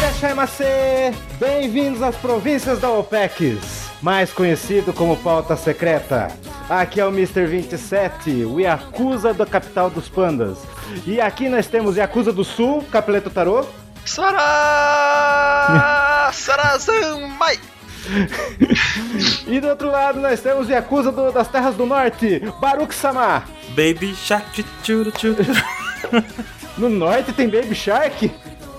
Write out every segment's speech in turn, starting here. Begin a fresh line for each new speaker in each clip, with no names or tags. Irashaimase! Bem-vindos às províncias da OPEX, mais conhecido como Pauta Secreta. Aqui é o Mr. 27, o Yakuza da capital dos pandas. E aqui nós temos Yakuza do Sul, Capileto Tarô,
Sara! Sarazamai!
e do outro lado nós temos Yakuza do- das Terras do Norte, Baruch Samar.
Baby Shark tchuru, tchuru.
No Norte tem Baby Shark?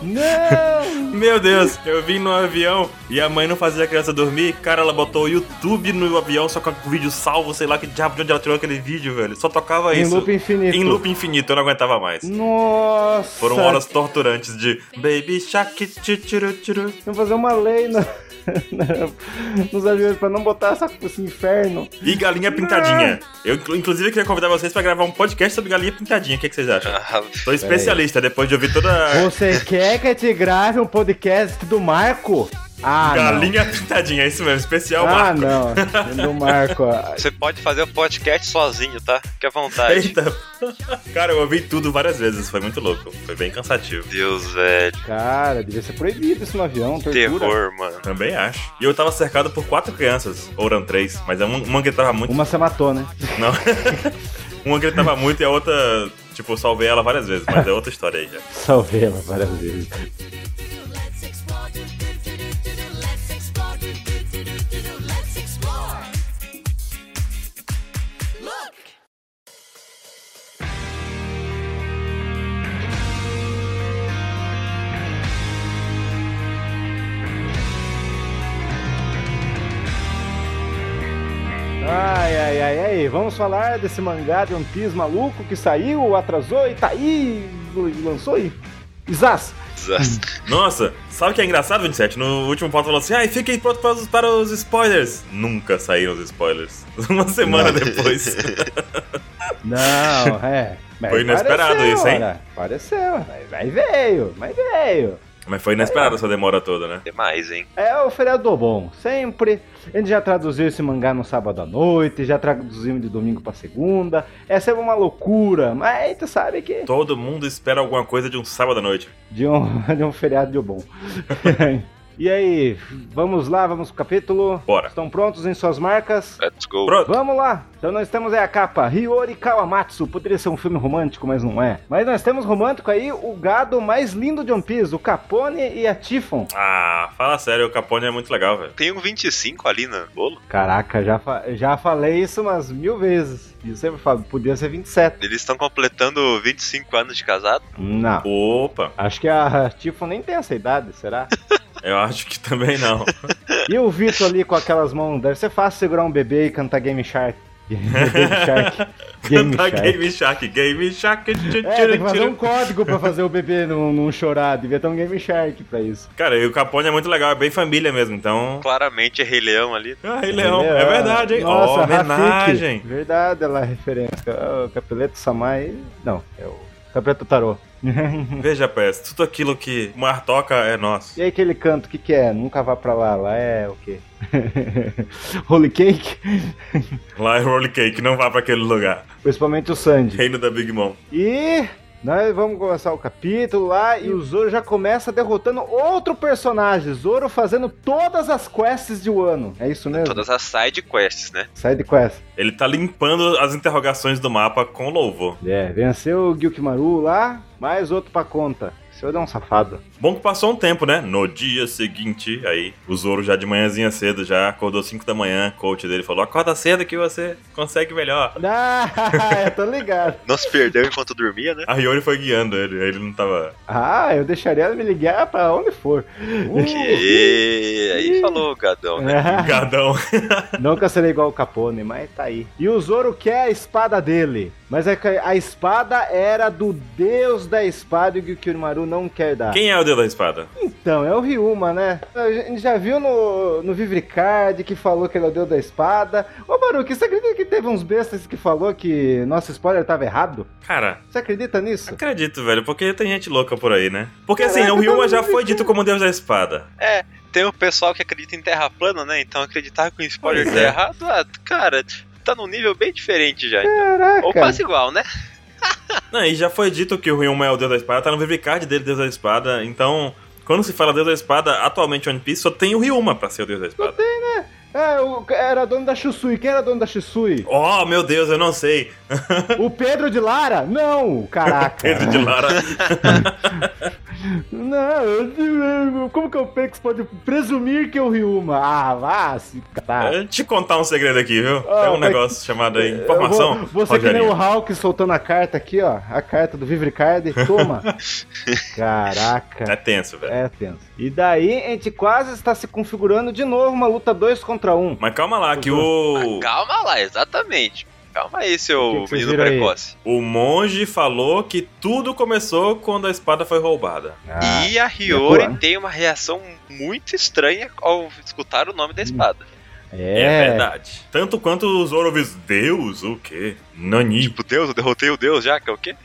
Não!
Meu Deus, eu vim no avião e a mãe não fazia a criança dormir. Cara, ela botou o YouTube no avião só com o vídeo salvo, sei lá que diabo de onde ela tirou aquele vídeo, velho. Só tocava
Em
isso.
loop infinito.
Em loop infinito, eu não aguentava mais.
Nossa!
Foram horas torturantes de Baby Shark tchuru, tchuru.
Vamos fazer uma lei no- nos aviões pra não botar essa- esse inferno.
E Galinha Pintadinha. Eu, inclu- inclusive, queria convidar vocês pra gravar um podcast sobre Galinha Pintadinha. O que, que vocês acham? Sou especialista, depois de ouvir toda a
Você quer que eu te grave um podcast do Marco? Ah,
Galinha Pintadinha, é isso mesmo,
não.
especial
Ah,
Marco.
não. Do Marco. Ah, ó.
Você pode fazer o podcast sozinho, tá? Fique à vontade.
Eita. Cara, eu ouvi tudo várias vezes, foi muito louco. Foi bem cansativo.
Meu Deus, velho.
Cara, devia ser proibido isso no avião. Tortura.
Terror, mano.
Também acho. E eu tava cercado por quatro crianças, ou eram três, mas uma, uma gritava muito.
Uma se matou, né?
Não. uma gritava muito e a outra, tipo, eu salvei ela várias vezes, mas é outra história aí já.
Salvei ela várias vezes.
Let's explore. Do, do, do, do, do, do. Let's explore. Do, do, do, do, do, do. Let's explore. Look.
Ai, ai, ai, ai. Vamos falar desse mangá de One Piece maluco que saiu, atrasou e tá aí. Lançou e. Isas!
Desastre.
Nossa, sabe o que é engraçado, 27? No último ponto falou assim: ai, fiquem prontos para os, para os spoilers. Nunca saíram os spoilers. Uma semana depois.
Não, é. Mas
Foi inesperado
apareceu,
isso, hein?
né? Apareceu, mas- mas veio, mas veio.
mas foi inesperado essa demora toda, né?
Demais, hein?
É o feriado do bom, sempre. A gente já traduziu esse mangá no sábado à noite, já traduzimos de domingo pra segunda. Essa é uma loucura, mas tu sabe que
Todo mundo espera alguma coisa de um sábado à noite.
de um, de um feriado de bom. e aí, vamos lá, vamos pro capítulo.
Bora.
Estão prontos em suas marcas?
Ah, Let's go.
Pronto.
Vamos lá! Então nós temos aí a capa, Hiyori Kawamatsu. Poderia ser um filme romântico, mas não é. Mas nós temos romântico aí o gado mais lindo de One Piece, o Capone e a Tifon.
Ah, fala sério, o Capone é muito legal, velho.
Tem um 25 ali no bolo?
Caraca, já, fa- já falei isso umas mil vezes. E eu sempre falo, podia ser 27.
Eles estão completando 25 anos de casado?
Não.
Opa,
Acho que a Tifon nem tem essa idade, será?
eu acho que também não.
E o Vitor ali com aquelas mãos, deve ser fácil segurar um bebê e cantar Game Shark. Game Shark. Game
Cantar
Shark.
Tá Game Shark, Game Shark. tchu,
É, tem que
tchu,
fazer um
tchu.
código pra fazer o bebê não, não chorar. Devia ter um Game Shark pra isso.
Cara, e o Capone é muito legal, é bem família mesmo, então.
Claramente é Rei Leão ali.
Ah, Rei Leão, é verdade, hein? Ó,
Nossa,
homenagem.
Rafiki. Verdade, ela é referência. Ah, O Capileto Samai. Não, é o Capileto Tarô.
Veja, Pés, tudo aquilo que Mar toca é nosso.
E aí aquele canto, o que que é? Nunca vá pra lá, lá é o quê? Holy Cake?
Lá é Roll Cake, não vá pra aquele lugar.
Principalmente o Sandy.
Reino da Big Mom.
E nós vamos começar o capítulo lá e o Zoro já começa derrotando outro personagem. Zoro fazendo todas as quests de Wano. É isso mesmo?
Todas as side quests, né?
Side quest.
Ele tá limpando as interrogações do mapa com louvor.
É, venceu o Gyukimaru lá, mais outro pra conta. Esse eu dou um safado.
Bom que passou um tempo, né? No dia seguinte, aí, o Zoro já de manhãzinha cedo, já acordou 5 da manhã, o coach dele falou, acorda cedo que você consegue melhor.
Ah, eu tô ligado.
Não se perdeu enquanto dormia, né?
A Yori foi guiando ele, ele não tava...
Ah, eu deixaria ela me ligar pra onde for.
Que... Aí falou o gadão, né?
É.
Gadão.
Nunca serei igual o Capone, mas tá aí. E o Zoro quer a espada dele. Mas é que a espada era do deus da espada e o Gyukimaru não quer dar.
Quem é o Deus da Espada?
Então, é o Ryuma, né? A gente já viu no, no Vivricard que falou que ele é o deus da espada. Ô, Baruque, você acredita que teve uns bestas que falou que nosso spoiler tava errado?
Cara,
Você acredita nisso?
acredito, velho, porque tem gente louca por aí, né? Porque assim,
Caraca,
o Ryuma
tá
já
muito
foi dito como Deus da Espada.
Tem o pessoal que acredita em terra plana, né? Então acreditar que o spoiler
Pois
tá
é.
errado, ah, cara, tá num nível bem diferente já.
Caraca.
Ou quase igual, né?
Não, e já foi dito que o Ryuma é o Deus da Espada, tá no Vivicard dele, Deus da Espada, então... Quando se fala Deus da Espada, atualmente One Piece só tem o Ryuma pra ser o Deus da Espada.
É, o- era dono da Shisui. Quem era dono da Shisui?
Oh, meu Deus, eu não sei.
O Pedro de Lara? Não, caraca.
Pedro de Lara.
Não, eu- como que o Pex pode presumir que é o Ryuma? Ah, vá se catar.
Eu te contar um segredo aqui, viu?
Ah,
é um
mas-
negócio chamado aí,
Eu
informação.
vou- Você que nem o
Rogerinho.
Hulk soltando a carta aqui, ó. A carta do Vivre Card, toma.
É
Caraca.
tenso, velho.
É tenso. E daí a gente quase está se configurando de novo uma luta 2 contra 1. Um.
Mas calma lá, que o,
Calma lá, exatamente. Calma aí,
O que
seu
que vocês
menino
viram aí?
precoce.
o monge falou que tudo começou quando a espada foi roubada.
e a
Ah, e a
Hiyori
tua?
tem uma reação muito estranha ao escutar o
Hum.
nome da espada.
é,
verdade. Tanto quanto os Zoro diz, Deus, o quê? Nani.
Tipo, Deus, eu derrotei o Deus já, que é o quê?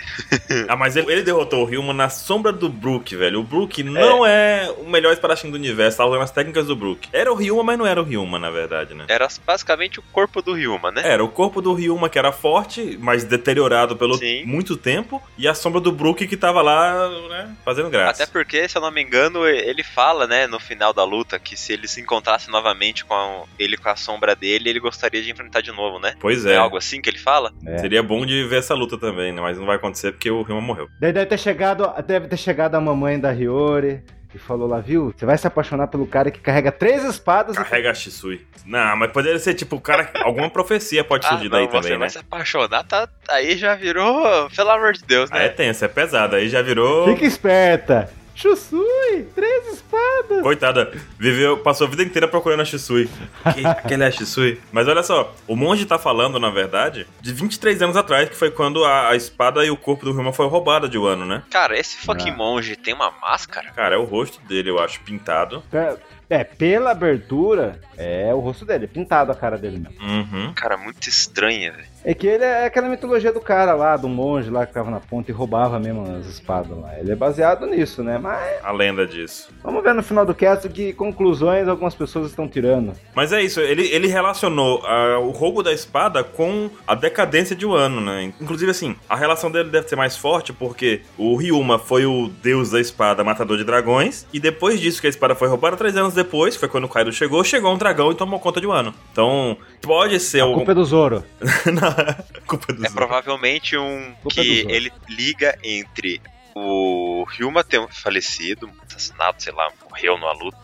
Ah, mas ele, ele derrotou o Ryuma na sombra do Brook, velho. O Brook não é o melhor espadachim do universo, tá usando as técnicas do Brook. Era o Ryuma, mas não era o Ryuma, na verdade, né?
Era basicamente o corpo do Ryuma, né?
Era o corpo do Ryuma, que era forte, mas deteriorado pelo
Sim.
muito tempo, e a sombra do Brook que tava lá, né, fazendo graça.
Até porque, se eu não me engano, ele fala, né, no final da luta, que se ele se encontrasse novamente com a- ele com a sombra dele, ele gostaria de enfrentar de novo, né?
Pois
É
é.
algo assim que ele fala?
É.
Seria bom de ver essa luta também, né? Mas não vai acontecer porque o Ryuma morreu.
Daí deve ter chegado, deve ter chegado a mamãe da Hiyori e falou lá, viu? Você vai se apaixonar pelo cara que carrega três espadas. e-
Carrega a Shisui. Não, mas poderia ser tipo, cara, alguma profecia pode
Ah,
surgir
não,
daí
você
também,
vai
né?
se apaixonar, tá, aí já virou, pelo amor de Deus,
Aí é
né?
tenso, é pesado. Aí já virou.
Fica esperta. Chusui, três espadas.
Coitada, viveu, passou a vida inteira procurando a Shisui. Que- Aquele é a Shisui. Mas olha só, o monge tá falando, na verdade, de 23 anos atrás, que foi quando a, a espada e o corpo do Ryuma foi roubada de Wano, né?
Cara, esse fucking
Ah.
monge tem uma máscara?
Cara, é o rosto dele, eu acho, pintado.
Pe- É, pela abertura, é o rosto dele, é pintado a cara dele mesmo.
Uhum.
Cara, muito estranha, velho.
É que ele é aquela mitologia do cara lá, do monge lá que tava na ponta e roubava mesmo as espadas lá. Ele é baseado nisso, né? Mas
A lenda disso.
vamos ver no final do cast que conclusões algumas pessoas estão tirando.
Mas é isso, ele, ele relacionou ah, o roubo da espada com a decadência de Wano, né? Inclusive, assim, a relação dele deve ser mais forte porque o Ryuma foi o deus da espada, matador de dragões, e depois disso que a espada foi roubada, três anos depois, foi quando o Kaido chegou, chegou um dragão e tomou conta de Wano. Então, pode ser
A
um...
culpa é do Zoro.
Não, culpa do
É
Zoro.
provavelmente um
Culpa do
que
Zoro.
ele liga entre o Ryuma ter falecido, assassinado, sei lá, morreu numa luta,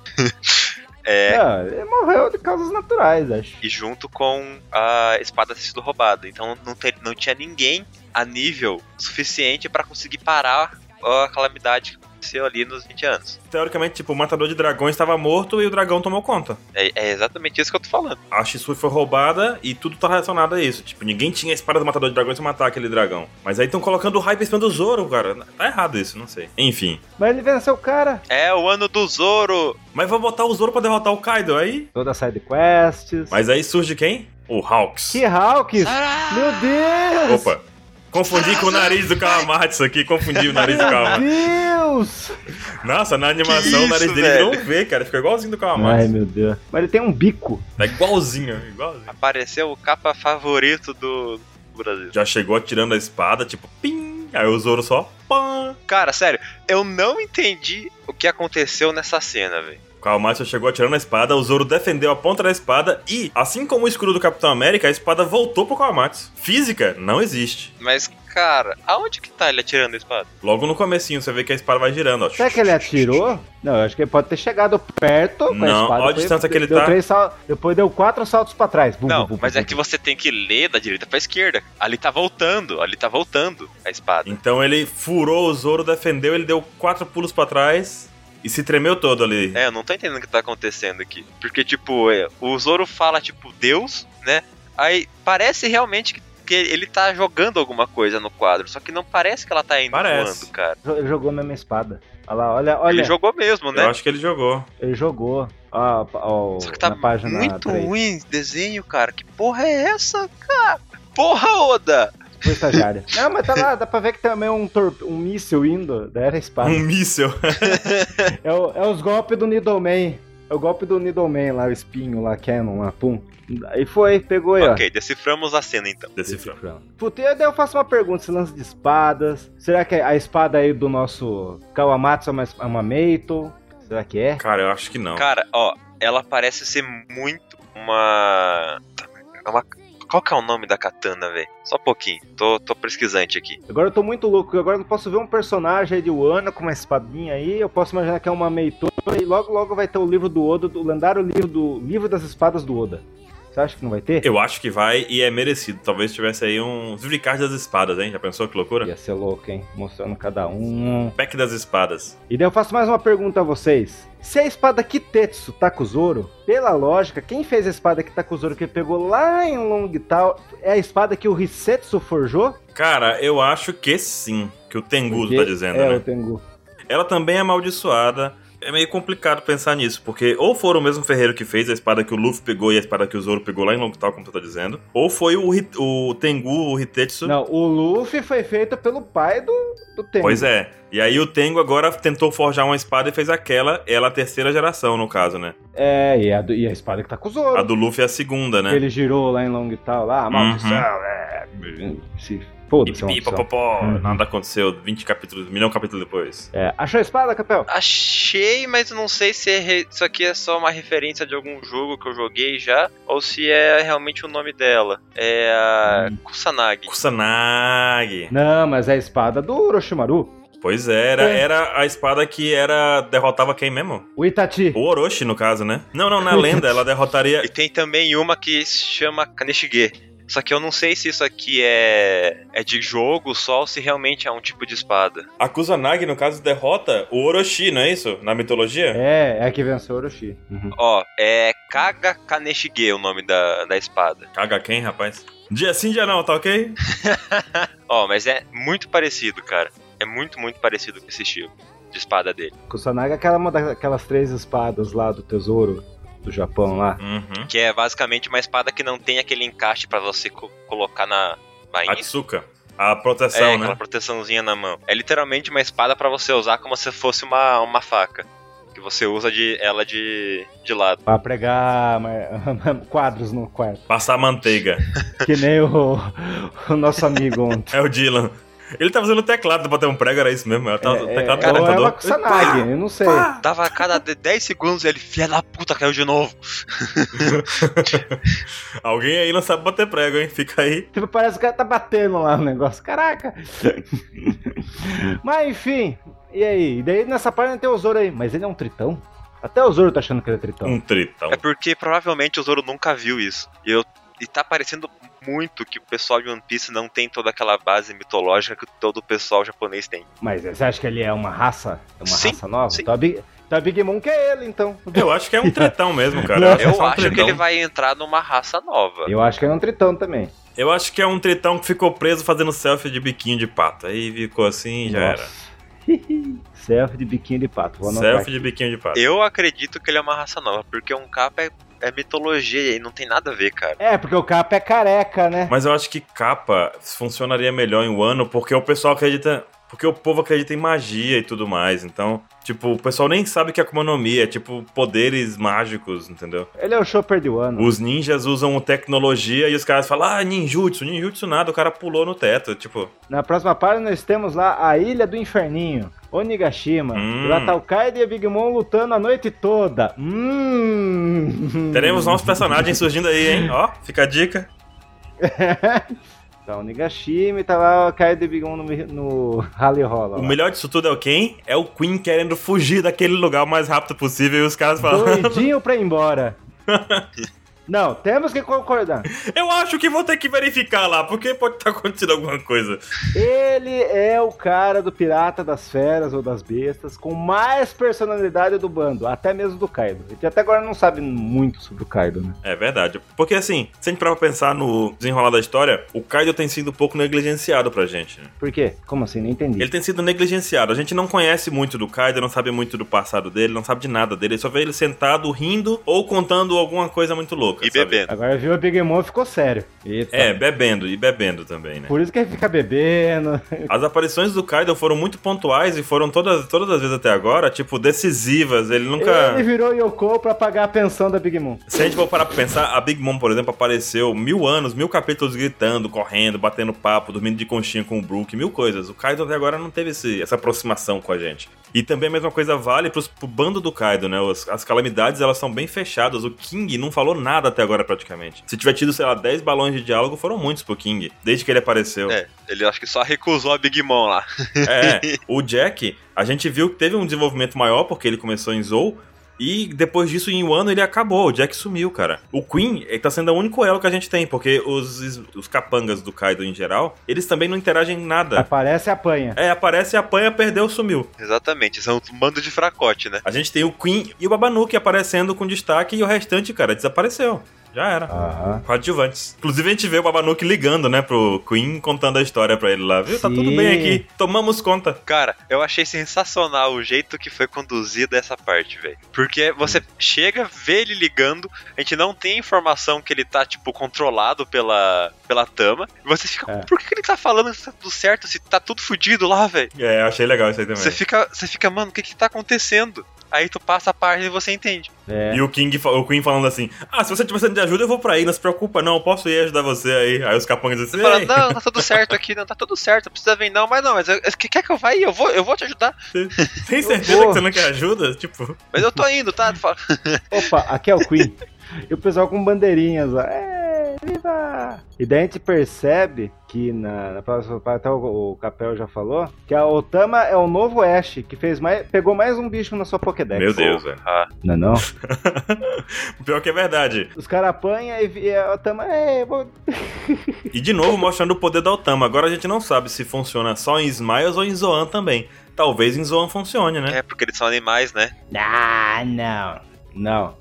É. ele morreu de causas naturais, acho.
e junto com a espada ter sido roubada. Então não, te- não tinha ninguém a nível suficiente pra conseguir parar a calamidade que aconteceu ali nos 20 anos.
Teoricamente, tipo, o matador de dragões estava morto e o dragão tomou conta.
É, é exatamente isso que eu tô falando.
a Shisui foi roubada e tudo tá relacionado a isso. Tipo, ninguém tinha a espada do matador de dragões pra matar aquele dragão. Mas aí estão colocando o hype em cima do Zoro, cara. Tá errado isso, não sei. Enfim.
Mas ele venceu o cara.
É o ano do Zoro!
Mas vai botar o Zoro pra derrotar o Kaido aí.
Toda a side quests.
Mas aí surge quem? O Hawks.
Que Hawks! Meu Deus!
Opa. Confundi com o nariz do Kawamatsu aqui, confundi o nariz do
Meu
Kawamatsu.
Deus!
Nossa, na animação
Que
o nariz
isso,
dele
velho?
não vê, cara. Fica igualzinho do
Ai,
Kawamatsu.
meu Deus. Mas ele tem um bico.
Tá igualzinho, igualzinho.
Apareceu o capa favorito do do Brasil.
Já chegou atirando a espada, tipo, pim. Aí o Zoro só, pam.
Cara, sério, eu não entendi o que aconteceu nessa cena, velho.
Calmácio chegou atirando a espada, o Zoro defendeu a ponta da espada e, assim como o escudo do Capitão América, a espada voltou pro Calmácio. Física não existe.
Mas, cara, aonde que tá ele atirando a espada?
Logo no comecinho você vê que a espada vai girando, ó.
Será que ele é atirou? Não, eu acho que ele pode ter chegado perto com
Não,
a espada.
olha a
foi-
distância que ele
deu
tá.
três sal- Depois deu quatro saltos pra trás. Bum,
Não,
bum, bum,
mas
bum,
é que
bum.
você tem que ler da direita pra esquerda. Ali tá voltando, ali tá voltando a espada.
Então ele furou o Zoro, defendeu, ele deu quatro pulos pra trás e se tremeu todo ali.
É, eu não tô entendendo o que tá acontecendo aqui. Porque, tipo, é, o Zoro fala, tipo, Deus, né? Aí parece realmente que, que ele tá jogando alguma coisa no quadro. Só que não parece que ela tá indo
Parece.
voando, cara.
Jo- Ele jogou mesmo a espada. Olha lá, olha, olha.
Ele jogou mesmo,
Eu
né?
acho que ele jogou.
Ele jogou. Ó, ó,
Só que tá
na página
muito
3.
ruim esse desenho, cara. Que porra é essa, cara? Porra, Oda!
Foi estagiário. Não, mas tá lá, dá pra ver que também é um, tor... um míssil indo. Daí era a espada.
Um míssel.
É, o- é os golpes do Needleman. É o golpe do Needleman lá, o espinho lá, Canon lá, pum. Aí foi, pegou aí, ó.
ok, deciframos a cena então.
Decifrando.
Puta, e daí eu faço uma pergunta, esse lance de espadas. Será que a espada aí do nosso Kawamatsu é uma, é uma Meito? Será que é?
Cara, eu acho que não.
Cara, ó, ela parece ser muito uma. É uma. Qual que é o nome da katana, velho? Só um pouquinho. Tô, tô pesquisante aqui.
Agora eu tô muito louco, agora eu não posso ver um personagem aí de Wano com uma espadinha aí, eu posso imaginar que é uma Meitona e logo logo vai ter o livro do Oda, o lendário livro do livro das espadas do Oda. Você acha que não vai ter?
Eu acho que vai e é merecido. Talvez tivesse aí um Zivlicard das espadas, hein? Já pensou que loucura?
Ia ser louco, hein? Mostrando cada um.
Pack das espadas.
E daí eu faço mais uma pergunta a vocês. Se a espada Kitetsu tá com o Zoro, pela lógica, quem fez a espada que tá com o Zoro que ele pegou lá em Longtal é a espada que o Risetsu forjou?
Cara, eu acho que sim. Que o Tengu
Porque-
tá dizendo,
é,
né?
o Tengu.
Ela também é amaldiçoada. É meio complicado pensar nisso, porque ou foram o mesmo ferreiro que fez a espada que o Luffy pegou e a espada que o Zoro pegou lá em Longtal, como tu tá dizendo, ou foi o, Hit- o Tengu, o Hitetsu.
Não, o Luffy foi feito pelo pai do, do Tengu.
Pois é. E aí o Tengu agora tentou forjar uma espada e fez aquela, ela é a terceira geração, no caso, né?
É, e a, do- e a espada que tá com o Zoro.
A do Luffy é a segunda,
Que
né?
ele girou lá em Longtal, lá, a maldição,
Uhum.
é... Se foda-se, a
E
maldição.
popopó,
Uhum.
nada aconteceu, 20 capítulos, milhão de capítulos depois.
É, achou a espada, Capel?
Achei, mas eu não sei se é re- isso aqui é só uma referência de algum jogo que eu joguei já, ou se é realmente o nome dela. É a
Hum.
Kusanagi.
Kusanagi.
Não, mas é a espada do Orochimaru.
Pois é, era,
É.
era a espada que era derrotava quem mesmo?
O Itachi.
O Orochi, no caso, né? Não, não, na lenda ela derrotaria.
E tem também uma que se chama Kaneshige. Só que eu não sei se isso aqui é, é de jogo só ou se realmente é um tipo de espada.
A Kusanagi, no caso, derrota o Orochi, não é isso? Na mitologia?
É, é a que venceu o Orochi.
Ó, é Kaga Kaneshige o nome da, da espada.
Caga quem, rapaz? Dia sim, dia não, tá ok?
Ó, mas é muito parecido, cara. É muito, muito parecido com esse estilo de espada dele.
Kusanagi é aquela uma daquelas três espadas lá do tesouro do Japão lá.
Uhum.
Que é basicamente uma espada que não tem aquele encaixe pra você co- colocar na bainha.
A Tsuka. A
É,
proteção, né?
aquela proteçãozinha na mão. É literalmente uma espada pra você usar como se fosse uma, uma faca. Que você usa de, ela de, de lado.
Pra pregar mar- quadros no quarto.
Passar manteiga.
Que nem o, o nosso amigo ontem.
É o Dylan. Ele tá fazendo teclado pra ter um prego, era isso mesmo? Ela tá,
É,
teclado
é, ou
do
é uma
computador.
Kusanagi, eu não sei.
Dava a cada de- 10 segundos ele, filha da puta, caiu de novo.
Alguém aí não sabe bater prego, hein? Fica aí.
Tipo, parece que o cara tá batendo lá no negócio. Caraca! Mas enfim, e aí? E daí nessa página tem o Zoro aí. Mas ele é um tritão? Até o Zoro tá achando que ele é tritão.
Um tritão.
É porque provavelmente o Zoro nunca viu isso. E, eu, e tá parecendo muito que o pessoal de One Piece não tem toda aquela base mitológica que todo o pessoal japonês tem.
Mas você acha que ele é uma raça? É uma
Sim,
raça nova?
sim.
Então a Big, então a Big Mom que é ele, então.
Eu acho que é um tretão mesmo, cara.
Não.
que é
Eu
só um
acho que
tretão.
ele vai entrar numa raça nova.
Eu acho que ele é um tritão também.
Eu acho que é um tritão que ficou preso fazendo selfie de biquinho de pato. Aí ficou assim e já era.
Selfie de biquinho de pato. Vou anotar
Selfie
aqui.
de biquinho de pato.
Eu acredito que ele é uma raça nova, porque um capa é, é mitologia e não tem nada a ver, cara.
É, porque o capa é careca, né?
Mas eu acho que capa funcionaria melhor em Wano, porque o pessoal acredita. Porque o povo acredita em magia e tudo mais. Então, tipo, o pessoal nem sabe o que é Akuma no Mi, é tipo poderes mágicos, entendeu?
Ele é o Chopper de Wano.
Os ninjas usam tecnologia e os caras falam, ah, ninjutsu, ninjutsu nada, o cara pulou no teto. Tipo,
Na próxima página nós temos lá a Ilha do Inferninho, Onigashima.
Hum.
E Lá tá o Kaido e a Big Mom lutando a noite toda. Hum.
teremos novos personagens surgindo aí, hein? Ó, fica a dica.
Tá o Onigashima e tá lá o Kaido e Big Mom no, no Rally Rola.
O
lá.
melhor disso tudo é o quem? É o Queen querendo fugir daquele lugar o mais rápido possível e os caras falando.
Doidinho pra ir embora. Não, temos que concordar.
Eu acho que vou ter que verificar lá, porque pode estar acontecendo alguma coisa.
Ele é o cara do Pirata das Feras ou das Bestas com mais personalidade do bando, até mesmo do Kaido. A gente até agora não sabe muito sobre o Kaido, né?
É verdade. Porque assim, se a gente parar pra pensar no desenrolar da história, o Kaido tem sido um pouco negligenciado pra gente. né?
Por quê? Como assim? Não entendi.
Ele tem sido negligenciado. A gente não conhece muito do Kaido, não sabe muito do passado dele, não sabe de nada dele. Só vê ele sentado, rindo ou contando alguma coisa muito louca.
E
sabe?
bebendo.
Agora viu a Big Mom e ficou sério. Eita.
É, bebendo e bebendo também, né?
Por isso que ele fica bebendo.
As aparições do Kaido foram muito pontuais e foram todas, todas as vezes até agora, tipo, decisivas. Ele nunca.
Ele virou Yoko pra pagar a pensão da Big Mom.
Se a gente for parar pra pensar, a Big Mom, por exemplo, apareceu mil anos, mil capítulos gritando, correndo, batendo papo, dormindo de conchinha com o Brook, mil coisas. O Kaido até agora não teve esse- essa aproximação com a gente. E também a mesma coisa vale pros, pro bando do Kaido, né? As, as calamidades, elas são bem fechadas. O King não falou nada até agora, praticamente. Se tiver tido, sei lá, 10 balões de diálogo, foram muitos pro King, desde que ele apareceu.
É, ele acho que só recusou a Big Mom lá.
É, o Jack, a gente viu que teve um desenvolvimento maior, porque ele começou em Zou, e depois disso, em um ano, ele acabou. O Jack sumiu, cara. O Queen ele tá sendo o único elo que a gente tem, porque os, os capangas do Kaido em geral, eles também não interagem em nada.
Aparece e apanha.
É, aparece, apanha, perdeu, sumiu.
Exatamente, são um bando de fracote, né?
A gente tem o Queen e o Babanuki aparecendo com destaque e o restante, cara, desapareceu. Já era.
Aham.
Coadjuvantes. Inclusive, a gente vê o Babanuki ligando, né, pro Queen, contando a história pra ele lá, viu? Tá tudo
Sim.
bem aqui. Tomamos conta.
Cara, eu achei sensacional o jeito que foi conduzida essa parte, velho. Porque você chega, vê ele ligando, a gente não tem informação que ele tá, tipo, controlado pela, pela Tama. E você fica,
É.
por que que ele tá falando se tá tudo certo, se tá tudo fudido lá, velho?
É, eu achei legal isso aí também.
Você fica, você fica, mano, o que que tá acontecendo? Aí tu passa a página e você entende.
É.
E o King, fa- o Queen falando assim: Ah, se você tiver precisando de ajuda, eu vou pra aí, não se preocupa, não, eu posso ir ajudar você aí. Aí os capangas
Você
dizem
fala,
assim: "Ei,
não, tá tudo certo aqui, não, tá tudo certo, não precisa vir não, mas não, mas eu, que- quer que eu vá aí? Eu vou, eu vou te ajudar.
tem certeza
vou."
que você não quer ajuda? Tipo,
Mas eu tô indo, tá? Tu fala,
Opa, aqui é o Queen. e o pessoal com bandeirinhas lá. É, viva! E daí a gente percebe que na, na próxima parte, até o, o Capel já falou, que a Otama é o novo Ash, que fez mais, pegou mais um bicho na sua Pokédex.
meu Deus, velho.
Ah,
Não é não?
Pior que é verdade.
Os caras apanham e, e a Otama, é, vou...
E de novo mostrando o poder da Otama. Agora a gente não sabe se funciona só em Smiles ou em Zoan também. Talvez em Zoan funcione, né?
é porque eles são animais, né?
Ah, não. Não.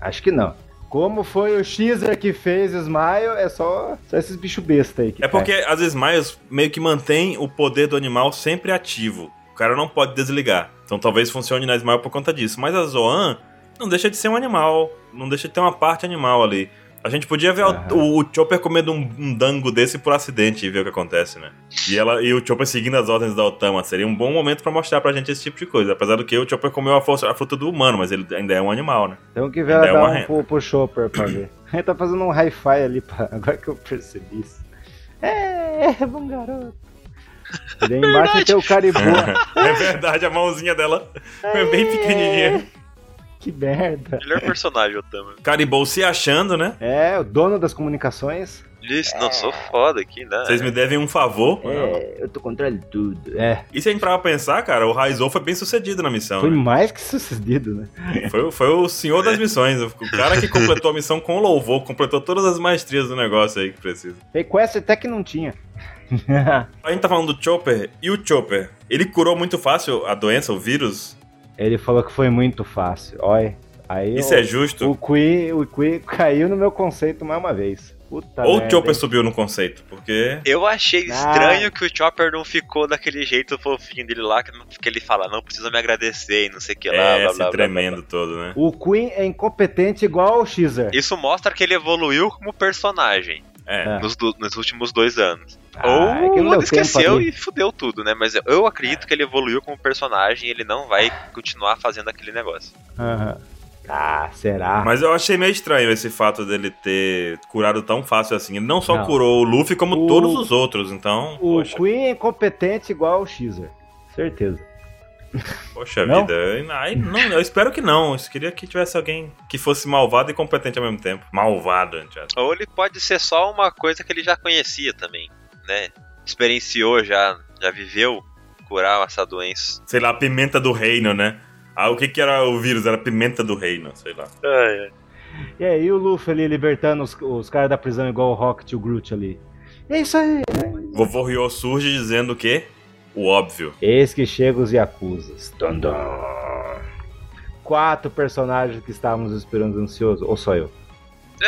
Acho que não. Como foi o Xer que fez Smile, é só, só esses bichos besta aí. Que
É
cai.
porque as Smiles meio que mantém o poder do animal sempre ativo. O cara não pode desligar. Então talvez funcione na Smile por conta disso. Mas a Zoan não deixa de ser um animal. Não deixa de ter uma parte animal ali. A gente podia ver
Aham.
o, o Chopper comendo um, um dango desse por acidente e ver o que acontece, né? E, ela, e o Chopper seguindo as ordens da Otama. Seria um bom momento pra mostrar pra gente esse tipo de coisa. Apesar do que o Chopper comeu a, força- a fruta do humano, mas ele ainda é um animal, né?
Então que vela
Ainda é
dar
uma
um
renda.
pro, pro Chopper pra ver. Ele tá fazendo um hi-fi ali, pra... agora que eu percebi isso. É, é bom garoto. E daí embaixo tem o Caribou.
é verdade, a mãozinha dela é bem pequenininha.
que merda.
Melhor personagem, Otama.
Caribou se achando, né?
É, o dono das comunicações.
Isso, não, sou foda aqui, né?
Vocês me devem um favor.
É, eu tô controlando tudo. É,
E se a gente parar pra pensar, cara, o Raizou foi bem sucedido na missão.
foi
né?
mais que sucedido, né?
Foi, o- foi o senhor das missões. O cara que completou a missão com louvor, completou todas as maestrias do negócio aí que precisa.
Request até que não tinha.
A gente tá falando do Chopper, e o Chopper? Ele curou muito fácil a doença, o vírus?
Ele falou que foi muito fácil. Olha, aí o,
Isso é justo?
o Qui, o Qui caiu no meu conceito mais uma vez. Puta
Ou o
merda,
Chopper
hein?
subiu no conceito? Porque.
Eu achei
Ah.
estranho que o Chopper não ficou daquele jeito fofinho dele lá, que que ele fala, não precisa me agradecer e não sei o que lá,
É,
blá, blá,
esse
blá,
tremendo
blá,
todo, né?
O Queen é incompetente igual o Xer.
blá. Isso mostra que ele evoluiu como personagem
É.
É.
nos, do- nos últimos dois anos.
Ah, é que
Ou
não É. deu
ele esqueceu
tempo ali.
e fudeu tudo, né? Mas eu, eu acredito que ele evoluiu como personagem e ele não vai continuar fazendo aquele negócio.
Aham. Ah, será?
Mas eu achei meio estranho esse fato dele ter curado tão fácil assim. Ele não só
Não.
curou o Luffy, como
O-
todos os outros. Então,
O
poxa,
Queen é incompetente igual o Xer. Certeza.
Poxa
Não?
vida, aí não, eu espero que não. Eu queria que tivesse alguém que fosse malvado e competente ao mesmo tempo. Malvado, gente.
Ou ele pode ser só uma coisa que ele já conhecia também, né? Experienciou já, já viveu curar essa doença.
Sei lá, pimenta do reino, né? Ah, o que que era o vírus? Era pimenta do reino, sei lá.
E aí o Luffy ali libertando os, os caras da prisão igual o Rocket e o Groot ali. É isso aí.
Vovô Ryo surge dizendo o quê? O óbvio.
Eis que chegam os Yakuzas. Dun, dun. Quatro personagens que estávamos esperando ansioso. Ou só eu?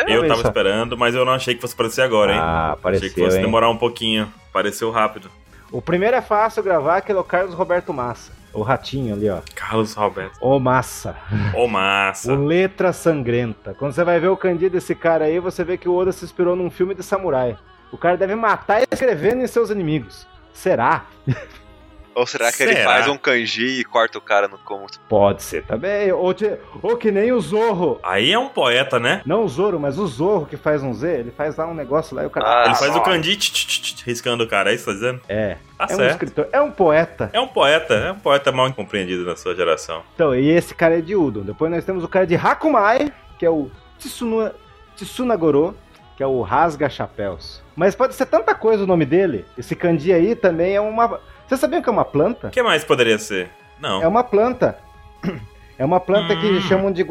eu
olha
tava
só.
esperando, mas eu não achei que fosse aparecer agora, hein?
É, Ah,
achei que
apareceu,
fosse
hein?
demorar um pouquinho. Apareceu rápido.
O primeiro é fácil gravar, que é o Carlos Roberto Massa. O ratinho ali, ó.
Carlos Roberto.
Ô Massa.
Ô,
O
massa.
Letra Sangrenta. Quando você vai ver o Candido desse cara aí, você vê que o Oda se inspirou num filme de samurai. O cara deve matar escrevendo em seus inimigos. Será?
Ou será que ele
Será?
faz um kanji e corta o cara no cômodo?
Pode ser também. Ou, te- ou que nem o Zorro.
Aí é um poeta, né?
Não o Zorro, mas o Zorro que faz um Z, ele faz lá um negócio lá e o cara.
Ah,
Ele faz
só.
o kanji tch, tch, tch, tch, riscando o cara, é isso que tá dizendo?
É.
Tá
é um
certo.
escritor, é um poeta.
É um poeta, é um poeta mal incompreendido na sua geração.
Então, e esse cara é de Udon. Depois nós temos o cara de Hakumai, que é o Tsunua, Tsunagoro, que é o Rasga Chapéus. Mas pode ser tanta coisa o nome dele. Esse kanji aí também é uma. Vocês sabiam que é uma planta?
O que mais poderia ser? Não.
É uma planta. É uma planta que
Hum.
chamam de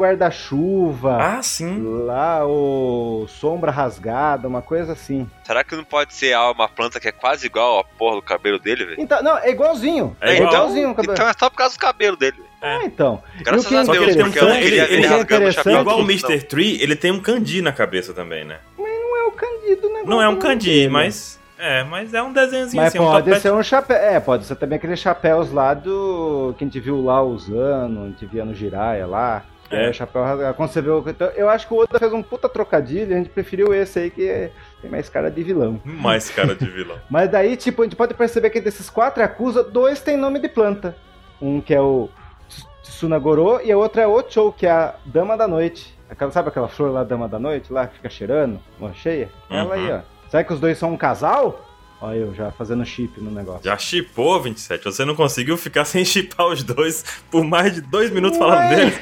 guarda-chuva.
Ah, sim.
Lá o sombra rasgada, uma coisa assim.
Será que não pode ser ah, uma planta que é quase igual a porra do cabelo dele, velho?
Então, não, é igualzinho.
É igual.
igualzinho o cabelo.
Então é só por causa do cabelo dele. velho.
Ah, então.
Graças
que é
a Deus,
interessante-
porque eu não queria
ele-
ver
ele é
rasgando o
Tanto-
chapéu.
Igual o
dos outros, não.
Mr. Tree, ele tem um kanji na cabeça também, né?
Não é o candido, né?
Não é um kanji, mas. É, mas é um desenhozinho
Mas
assim, um
pode
topete.
ser um chapéu. É, pode ser também aqueles chapéus lá do. Que a gente viu lá usando, a gente via no Jiraya lá. que
É.
É. o chapéu rasgado. Quando você vê o. Então, eu acho que o Oda fez um puta trocadilho e a gente preferiu esse aí que é- tem mais cara de vilão.
Mais cara de vilão.
Mas daí, tipo, a gente pode perceber que desses quatro acusa, dois têm nome de planta. Um que é o Ts- Tsunagoro e a outra é o Ochou, que é a Dama da Noite. Aquela, sabe aquela flor lá, Dama da Noite, lá, que fica cheirando, mão cheia? Ela
Uhum.
aí, ó. Será que os dois são um casal? Ó, eu já fazendo chip no negócio.
Já chipou, 27. Você não conseguiu ficar sem chipar os dois por mais de dois minutos falando
Ué.
deles?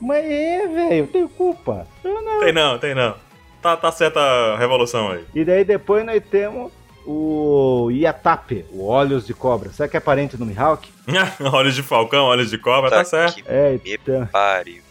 Mas é, velho, eu tenho culpa.
Tem não, tem não. Tá, tá certa a revolução aí.
E daí depois nós temos o Iatape, o Olhos de Cobra. Será que é parente do Mihawk?
olhos de falcão, olhos de cobra, tá,
Puta
certo.
que
É,
me
então.
pariu.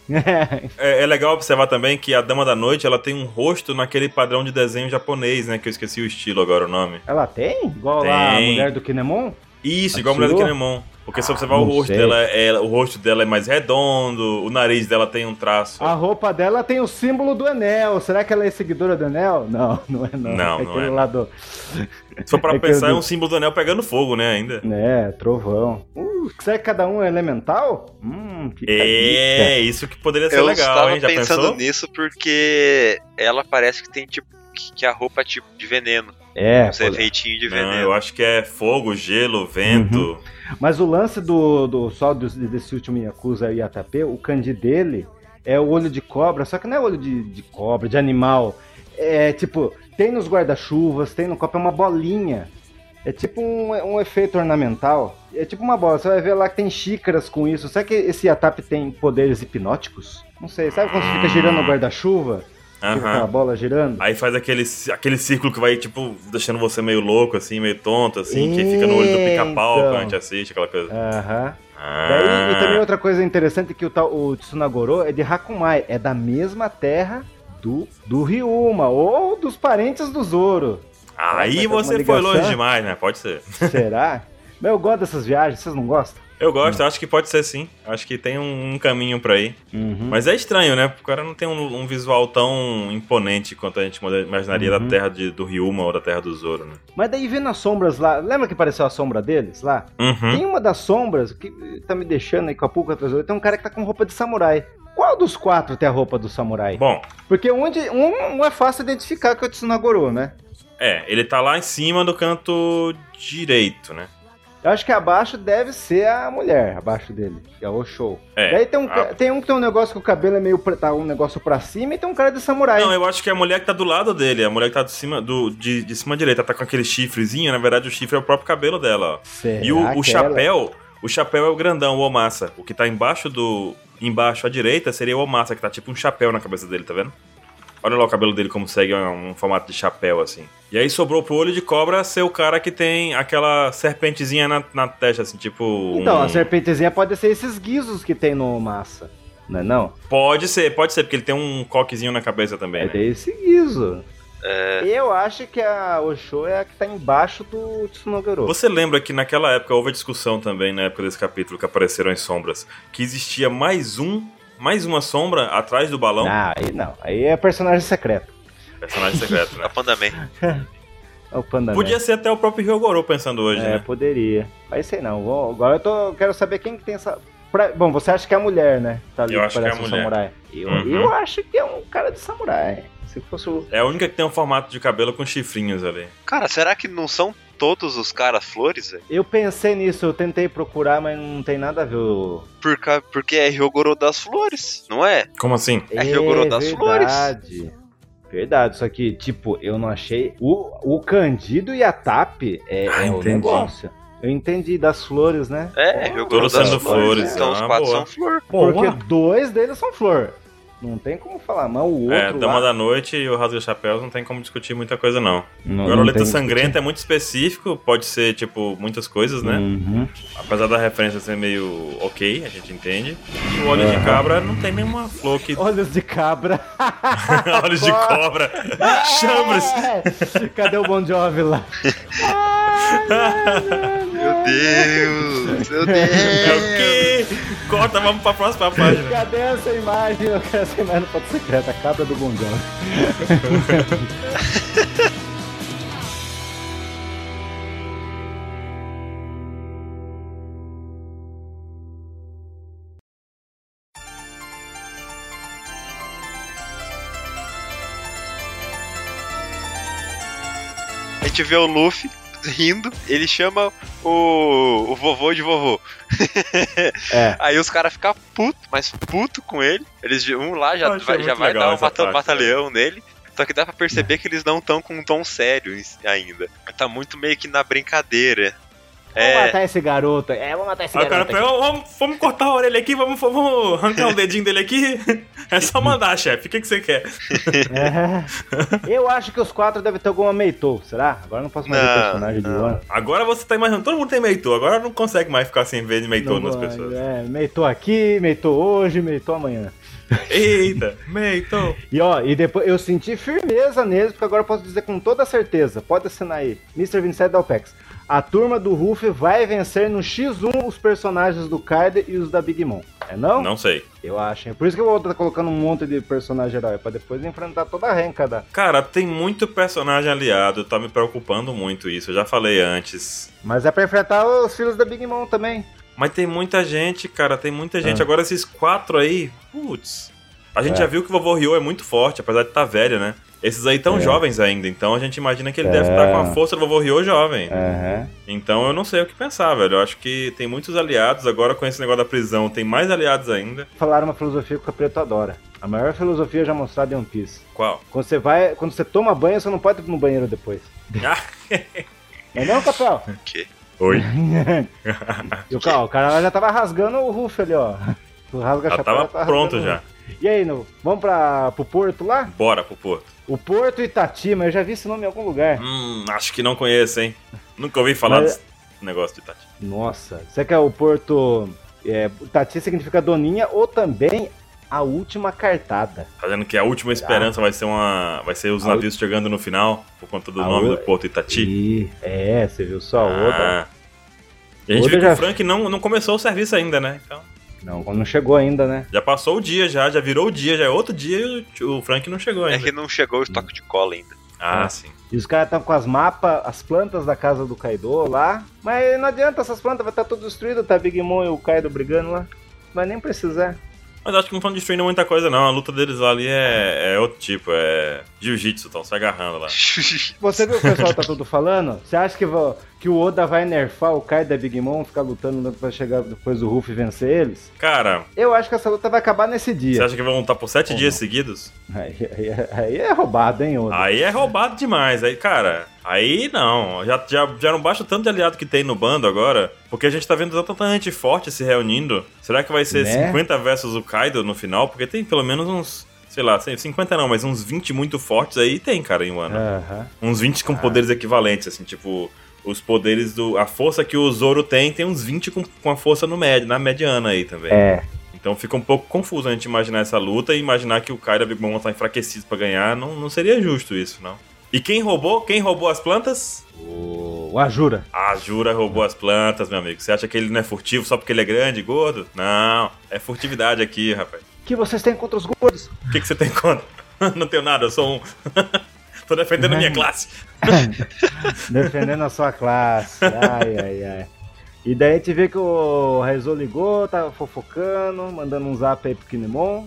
É, é legal observar também que a Dama da Noite, ela tem um rosto naquele padrão de desenho japonês, né? Que eu esqueci o estilo agora, o nome.
Ela tem? Igual lá a
Tem.
mulher do Kinemon?
Isso, igual a mulher do
Atsurou?
Kinemon. Porque se
Ah,
observar
não
o rosto
sei.
dela, é- o rosto dela é mais redondo, o nariz dela tem um traço.
A roupa dela tem o símbolo do Enel. Será que ela é seguidora do Enel? Não, não é não.
Não,
é
não
aquele
é.
lá do.
se for pra
é que eu
pensar, é
vi.
um símbolo do anel pegando fogo, né, ainda.
É, trovão. Uh, será que cada um é elemental? Hum, fica a dica.
É, isso que poderia ser
eu
legal,
estava
hein? Já
pensando
pensou?
nisso porque ela parece que tem tipo que- que a roupa é tipo de veneno,
É,
um
pô,
efeitinho de
Não,
veneno.
eu acho que é fogo, gelo, vento.
Uhum. mas o lance do, do só dos- desse último Yakuza e Atapê, o kanji dele é o olho de cobra, só que não é olho de, de cobra, de animal. É tipo, tem nos guarda-chuvas, tem no copo, é uma bolinha. É tipo um, um efeito ornamental. É tipo uma bola. Você vai ver lá que tem xícaras com isso. Será que esse Yatap tem poderes hipnóticos? Não sei. Sabe quando você fica girando o guarda-chuva? Fica
Aham.
aquela bola girando?
Aí faz aquele, ci- aquele círculo que vai, tipo, deixando você meio louco, assim, meio tonto, assim, que fica no olho do pica-pau
Então.
quando a gente assiste, aquela coisa.
Aham.
Ah,
Daí, e também outra coisa interessante é que o, tal, o Tsunagoro é de Hakumai, é da mesma terra do, do Ryuma, ou dos parentes do Zoro.
aí
Vai fazer
você
uma
foi longe
ligação?
demais, né? Pode ser.
Será? Mas eu gosto dessas viagens, vocês não gostam?
Eu gosto,
Hum.
acho que pode ser sim. Acho que tem um, um caminho pra ir. Mas é estranho, né? Porque o cara não tem um, um visual tão imponente quanto a gente imaginaria da
Uhum.
terra de- do Ryuma ou da terra do Zoro, né?
Mas daí vendo as sombras lá, lembra que apareceu a sombra deles lá?
Uhum.
Tem uma das sombras que tá me deixando aí com a pulga atrás do outro, tem um cara que tá com roupa de samurai. Qual dos quatro tem a roupa do samurai?
Bom,
Porque onde, um, um é fácil identificar que é o Tsunagoro, né?
é, ele tá lá em cima do canto direito, né?
Eu acho que abaixo deve ser a mulher, abaixo dele, que é o show.
É.
Daí tem um, ca-
a-
tem um que tem um negócio que o cabelo é meio. pra- Tá um negócio pra cima e tem um cara de samurai.
Não, eu acho que é a mulher que tá do lado dele, a mulher que tá de cima, do, de, de cima à direita, tá com aquele chifrezinho, na verdade o chifre é o próprio cabelo dela, ó.
Será
E o, o
que é ela-
chapéu, o chapéu é o grandão, o Omassa. O que tá embaixo do. embaixo à direita seria o Omassa, que tá tipo um chapéu na cabeça dele, tá vendo? Olha lá o cabelo dele como segue um, um formato de chapéu, assim. E aí sobrou pro olho de cobra ser o cara que tem aquela serpentezinha na, na testa, assim, tipo.
Então,
um-
a serpentezinha pode ser esses guizos que tem no massa. Não é não?
Pode ser, pode ser, porque ele tem um coquezinho na cabeça também.
É
né?
desse guiso. Eu acho que a Osho é a que tá embaixo do Tsunogoro.
Você lembra que naquela época houve a discussão também, na época desse capítulo que apareceram as sombras, que existia mais um, mais uma sombra atrás do balão?
Ah, aí não. Aí é personagem secreto.
Personagem secreto, né?
A Panda Man.
É o Panda Man.
Podia ser até o próprio Ryogoro pensando hoje,
É,
né?
poderia. Mas sei não. Vou- Agora eu tô, eu quero saber quem que tem essa. pra- Bom, você acha que é a mulher, né? Tá ali,
Eu acho que
parece
é a
um
mulher.
samurai. Eu,
Uhum.
eu acho que é um cara de samurai. Se fosse o.
É a única que tem um formato de cabelo com chifrinhos ali.
Cara, será que não são todos os caras flores, velho?
Eu pensei nisso, eu tentei procurar, mas não tem nada a ver. o-
Por ca- Porque é Ryogoro das flores, não é?
Como assim?
É Ryogoro das Flores.
Verdade. Verdade, só que, tipo, eu não achei. O, o Candido e a TAP é,
Ah,
é o
entendi.
negócio. Eu entendi das flores, né?
É, Ryogoro
Todos
das
sendo
flores.
flores,
Então
é
os
uma
quatro
boa.
são flor.
Porque dois deles são flor. Não tem como falar, mas o outro.
É, Dama
lá-
da Noite e o Rasga Chapéus não tem como discutir muita coisa, não.
Não- não
O Garoleta
tem-
Sangrenta é muito específico, pode ser, tipo, muitas coisas, né?
Uhum.
Apesar da referência ser meio ok, a gente entende. E o Olhos
Aham.
de Cabra não tem nenhuma flor que...
Olhos de cabra.
Olhos de Cobra. Chambres.
É! Cadê o Bon Jovi lá?
Meu Deus, meu
É o
Deus.
quê? Corta, vamos pra próxima página.
Cadê essa imagem? Eu quero essa imagem no foto secreta. A cabra do Bon Jovi.
A gente vê o Luffy rindo, ele chama o, o vovô de vovô.
É.
Aí os caras ficam puto, mas puto com ele. Eles um lá
Eu
já
achei
vai, já
muito
vai
legal
dar um
essa
mata-
parte,
mata-leão nele. Só que dá pra perceber que eles não estão com um tom sério em- ainda. Tá muito meio que na brincadeira.
Vamos
É,
matar esse garoto. É, vamos matar esse
Aí o cara
garoto.
pega, "Ó, vamos, vamos cortar a orelha aqui, vamos, vamos arrancar o dedinho dele aqui. É só mandar, chefe. O que, que você quer?
É. Eu acho que os quatro devem ter alguma Meitou, será? Agora não posso mais ver
Não,
personagem de
não.
One.
Agora você tá imaginando, todo mundo tem Meitou, agora não consegue mais ficar sem ver de Meitou nas pessoas.
É, Meitou aqui, Meitou hoje, Meitou amanhã.
Eita, Meitou.
E ó, e depois eu senti firmeza neles, porque agora eu posso dizer com toda certeza, pode assinar aí, Mr. 27 da OPEX. A turma do Ruffy vai vencer no X1 os personagens do Kaido e os da Big Mom. É não?
Não sei.
Eu acho, hein? Por isso que eu vou estar colocando um monte de personagem herói, pra depois enfrentar toda a renca da...
Cara, tem muito personagem aliado, tá me preocupando muito isso, eu já falei antes.
Mas é pra enfrentar os filhos da Big Mom também.
Mas tem muita gente, cara, tem muita gente.
Ah.
Agora esses quatro aí, putz. A gente
É.
já viu que o vovô Ryo é muito forte, apesar de estar tá velho, né? Esses aí tão
É.
jovens ainda, então a gente imagina que ele
É.
deve estar com a força do vovô Ryo jovem.
Aham.
Então eu não sei o que pensar, velho. Eu acho que tem muitos aliados, agora com esse negócio da prisão tem mais aliados ainda.
Falaram uma filosofia que o Preto adora. A maior filosofia já mostrada em One Piece.
Qual?
Quando você vai, quando você toma banho, você não pode ir no banheiro depois.
Ah.
É não, Capel?
que-
Oi.
E o cara, o cara lá já tava rasgando o Ruff ali, ó. O rasga
Já tava pronto já.
E aí, no, vamos pra, pro Porto lá?
Bora pro Porto.
O Porto Itatima, eu já vi esse nome em algum lugar.
Hum, acho que não conheço, hein? Nunca ouvi falar
Mas-
desse negócio de Tati.
Nossa, será que é o Porto é, Itati significa doninha ou também a última cartada?
Tá vendo que a última esperança vai ser uma. Vai ser os
A
navios chegando no final, por conta do
A
nome
u-
do Porto Itati.
Ih, é, você viu só a outra?
Ah. E a gente
Oda
viu que
já-
o Frank não, não começou o serviço ainda, né? Então,
Não, não chegou ainda, né?
já passou o dia, já, já virou o dia, já é outro dia e o, o Frank não chegou
é
ainda.
que é. não chegou o estoque de cola ainda.
Ah, sim.
E os caras estão com as mapas, as plantas da casa do Kaido lá. Mas não adianta, essas plantas vai estar tudo destruído, tá Big Mom e o Kaido brigando lá. Vai nem precisar.
Mas acho que não estão destruindo muita coisa, não. A luta deles lá ali é, é outro tipo, é jiu-jitsu, estão se agarrando lá.
Você viu o que o pessoal tá tudo falando? Você acha que, vo- que o Oda vai nerfar o Kaido da Big Mom, ficar lutando pra chegar depois do Ruff e vencer eles?
Cara,
Eu acho que essa luta vai acabar nesse
você
dia.
acha que vão lutar por sete
Ou
dias
não?
seguidos?
Aí, aí- aí é roubado, hein, Oda?
Aí é roubado demais, aí, cara. Aí não, já, já, já não baixa o tanto de aliado que tem no bando agora, porque a gente tá vendo tanta gente forte se reunindo. Será que vai ser
Né?
50 versus o Kaido no final? Porque tem pelo menos uns, sei lá, sem- 50 não, mas uns 20 muito fortes aí tem, cara, em Wano.
Aham.
Uns 20
Ah.
com poderes equivalentes, assim, tipo, os poderes do. A força que o Zoro tem, tem uns 20 com, com a força no médio, na mediana aí também.
É.
Então fica um pouco confuso a gente imaginar essa luta e imaginar que o Kaido e a Big Mom tá enfraquecido pra ganhar. Não, não seria justo isso, não. E quem roubou? Quem roubou as plantas?
O, o Ajura.
A Jura roubou as plantas, meu amigo. Você acha que ele não é furtivo só porque ele é grande e gordo? Não, é furtividade aqui, rapaz.
O que vocês têm contra os gordos?
O que, que você tem contra? não tenho nada, eu sou um. Tô defendendo a minha classe.
Defendendo a sua classe. Ai, ai, ai. E daí a gente vê que o Rezo ligou, tá fofocando, mandando um zap aí pro Kinemon.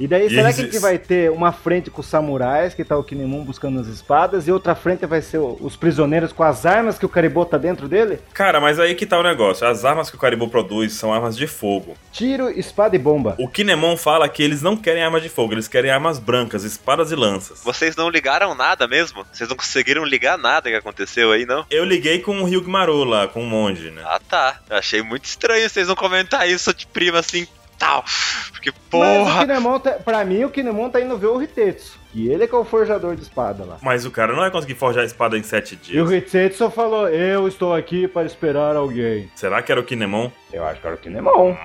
E daí, será que a
Jesus.
gente vai ter uma frente com os samurais, que tá o Kinemon buscando as espadas, e outra frente vai ser o- os prisioneiros com as armas que o Karibô tá dentro dele?
Cara, mas aí que tá o negócio. As armas que o Caribou produz são armas de fogo.
Tiro, espada e bomba.
O Kinemon fala que eles não querem armas de fogo, eles querem armas brancas, espadas e lanças.
Vocês não ligaram nada mesmo? Vocês não conseguiram ligar nada que aconteceu aí, não?
Eu liguei com o Ryugimaru lá, com o monge, né?
Ah, tá. Eu achei muito estranho vocês não comentar isso de prima assim, tal. Porque,
Mas o
porra.
Kinemon, tá, pra mim, o Kinemon tá indo ver o Ritetsu. E ele é que é o forjador de espada lá.
Mas o cara não vai conseguir forjar a espada em sete
E o
dias.
Ritetsu falou, eu estou aqui para esperar alguém.
Será que era o Kinemon?
Eu acho que era o Kinemon.
Hum,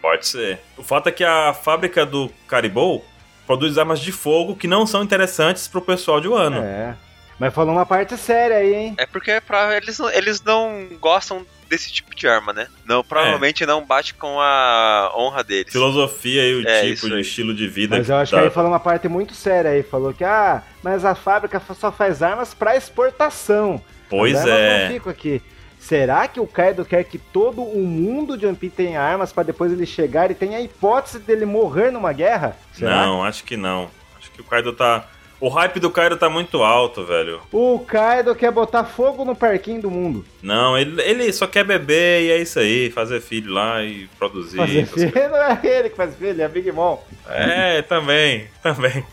pode ser. O fato é que a fábrica do Caribou produz armas de fogo que não são interessantes pro pessoal de Wano.
É. Mas falou uma parte séria aí, hein?
É porque pra, eles, não- eles não gostam desse tipo de arma, né? Não, provavelmente não bate com a honra deles.
Filosofia e o
É, isso
tipo de
aí.
estilo de vida
É. Mas eu acho
tá-
que aí falou uma parte muito séria aí. Falou que, ah, mas a fábrica só faz armas para exportação.
Pois
As armas
é.
Não ficam aqui. Será que o Kaido quer que todo o mundo de One Piece tenha armas para depois ele chegar e tenha a hipótese dele morrer numa guerra? Será?
Não, acho que não. Acho que o Kaido tá. O hype do Kaido tá muito alto, velho.
O Kaido quer botar fogo no parquinho do mundo.
Não, ele, ele só quer beber e é isso aí, fazer filho lá e produzir.
Fazer
essas coisas.
filho não é ele que faz filho, é Big Mom.
É, também, também.